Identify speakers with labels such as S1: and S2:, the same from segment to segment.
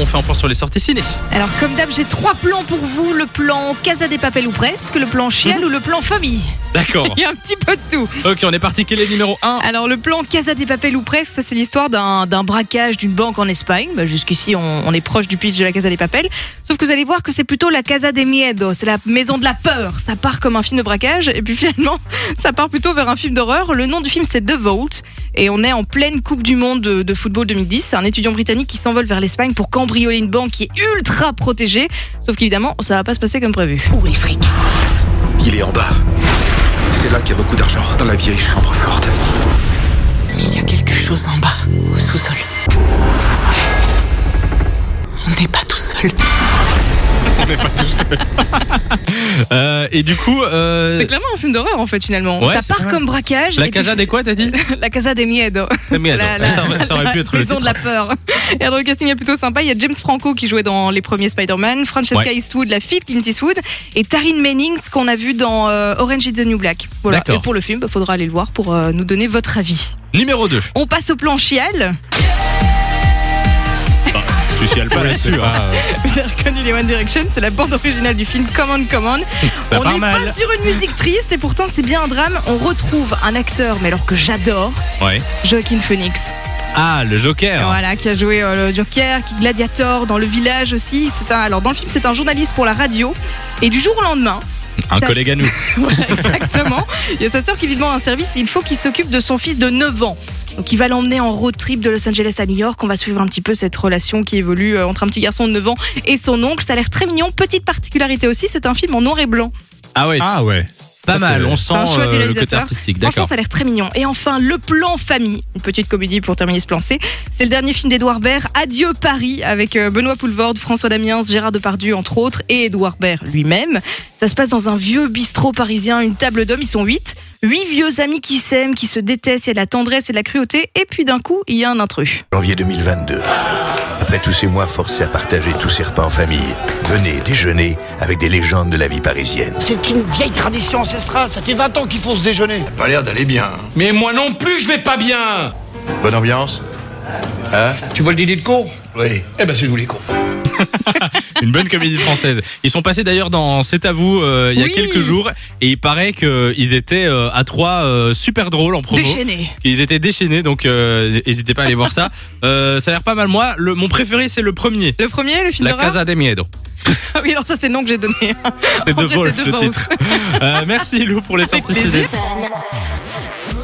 S1: on fait un point sur les sorties ciné.
S2: Alors, comme d'hab, j'ai trois plans pour vous le plan Casa des Papel ou presque, le plan Chiel ou le plan Famille.
S1: D'accord.
S2: Il y a un petit peu de tout.
S1: ok, on est parti. Quel est le numéro 1
S2: Alors, le plan Casa des Papel ou presque, ça, c'est l'histoire d'un d'un braquage d'une banque en Espagne. Bah, Jusqu'ici, on, on est proche du pitch de la Casa des Papel. Sauf que vous allez voir que c'est plutôt la Casa des Miedos, c'est la maison de la peur. Ça part comme un film de braquage, et puis finalement, ça part plutôt vers un film d'horreur. Le nom du film, c'est The Vault. Et on est en pleine Coupe du Monde de, de football 2010. C'est un étudiant britannique qui s'envole vers l'Espagne pour cambrioler une banque qui est ultra protégée. Sauf qu'évidemment, ça va pas se passer comme prévu.
S3: Où est le fric
S4: Il est en bas. C'est là qu'il y a beaucoup d'argent, dans la vieille chambre forte.
S3: Il y a quelque chose en bas, au sous-sol. On n'est pas tout seul.
S1: On n'est pas tous. Euh, et du coup, euh,
S2: C'est clairement un film d'horreur en fait finalement.
S1: Ouais,
S2: ça
S1: c'est
S2: part
S1: vrai.
S2: comme braquage.
S1: la
S2: et puis-
S1: casa des quoi, t'as dit
S2: la Casa des Miedo.
S1: Ah, merde.
S2: La- la-
S1: ça, aurait- ça aurait pu être le
S2: Maison
S1: titre.
S2: de la peur. Et alors, le casting est plutôt sympa. Il y a James Franco qui jouait dans les premiers Spider-Man, Francesca
S1: Ouais.
S2: Eastwood, la fille de Clint Eastwood, et Taryn Mannings qu'on a vu dans euh, Orange is the New Black. Voilà.
S1: D'accord.
S2: Et pour le film, il faudra aller le voir pour euh, nous donner votre avis.
S1: Numéro 2.
S2: On passe au plan Chial.
S1: Tu chiales pas là-dessus. hein.
S2: Vous avez reconnu les One Direction, c'est la bande originale du film Command Command.
S1: Ça
S2: on
S1: part
S2: n'est
S1: mal.
S2: pas sur une musique triste et pourtant c'est bien un drame. On retrouve un acteur, mais alors que j'adore,
S1: Ouais.
S2: Joaquin Phoenix.
S1: Ah, le Joker.
S2: Voilà, qui a joué euh, le Joker, qui Gladiator, dans le village aussi. C'est un, alors dans le film, c'est un journaliste pour la radio. Et du jour au lendemain,
S1: Un
S2: Ça,
S1: collègue à nous.
S2: voilà, exactement, il y a sa sœur qui lui demande un service. Il faut qu'il s'occupe de son fils de 9 ans. Donc il va l'emmener en road trip de Los Angeles à New York. On va suivre un petit peu cette relation qui évolue euh, entre un petit garçon de 9 ans et son oncle. Ça a l'air très mignon. Petite particularité aussi, c'est un film en noir et blanc.
S1: Ah ouais.
S5: Ah ouais.
S1: Pas
S5: Ça,
S1: mal.
S5: c'est-
S1: On
S2: un
S1: sent
S2: choix
S1: euh, le
S2: du
S1: côté
S2: réalisateur.
S1: artistique.
S2: Franchement,
S1: D'accord.
S2: ça a l'air très mignon. Et enfin, le plan famille, une petite comédie pour terminer ce plan C. C'est le dernier film d'Edouard Baird, Adieu Paris, avec euh, Benoît Poulvorde, François Damiens, Gérard Depardieu, entre autres, et Edouard Baird lui-même. Ça se passe dans un vieux bistrot parisien, une table d'hommes, ils sont huit. Huit vieux amis qui s'aiment, qui se détestent, il y a de la tendresse et de la cruauté, et puis d'un coup, il y a un intrus.
S6: Janvier 2022. Après tous ces mois forcés à partager tous ces repas en famille, venez déjeuner avec des légendes de la vie parisienne.
S7: C'est une vieille tradition ancestrale, ça fait 20 ans qu'ils font ce déjeuner.
S4: Pas l'air d'aller bien.
S8: Mais moi non plus, je vais pas bien
S4: Bonne ambiance Hein
S7: Tu vois le dîner de con
S4: Oui.
S7: Eh ben c'est nous les cons.
S1: Une bonne comédie française. Ils sont passés d'ailleurs dans C'est à vous euh, il y a
S2: Oui.
S1: quelques jours et il paraît qu'ils étaient euh, à trois euh, super drôles en promo.
S2: Déchaîné.
S1: Ils étaient déchaînés donc euh, n'hésitez pas à aller voir ça. Euh, ça a l'air pas mal. Moi, le, mon préféré c'est le premier.
S2: Le premier, le film
S1: La
S2: d'horreur
S1: Casa de Miedo.
S2: Ah Oui, alors ça, c'est le nom que j'ai donné.
S1: C'est
S2: En
S1: de
S2: vrai,
S1: Vol
S2: c'est De
S1: le
S2: Vault.
S1: titre. Euh, merci Lou pour les sorties ciné.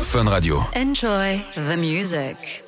S6: Fun Radio.
S9: Enjoy the music.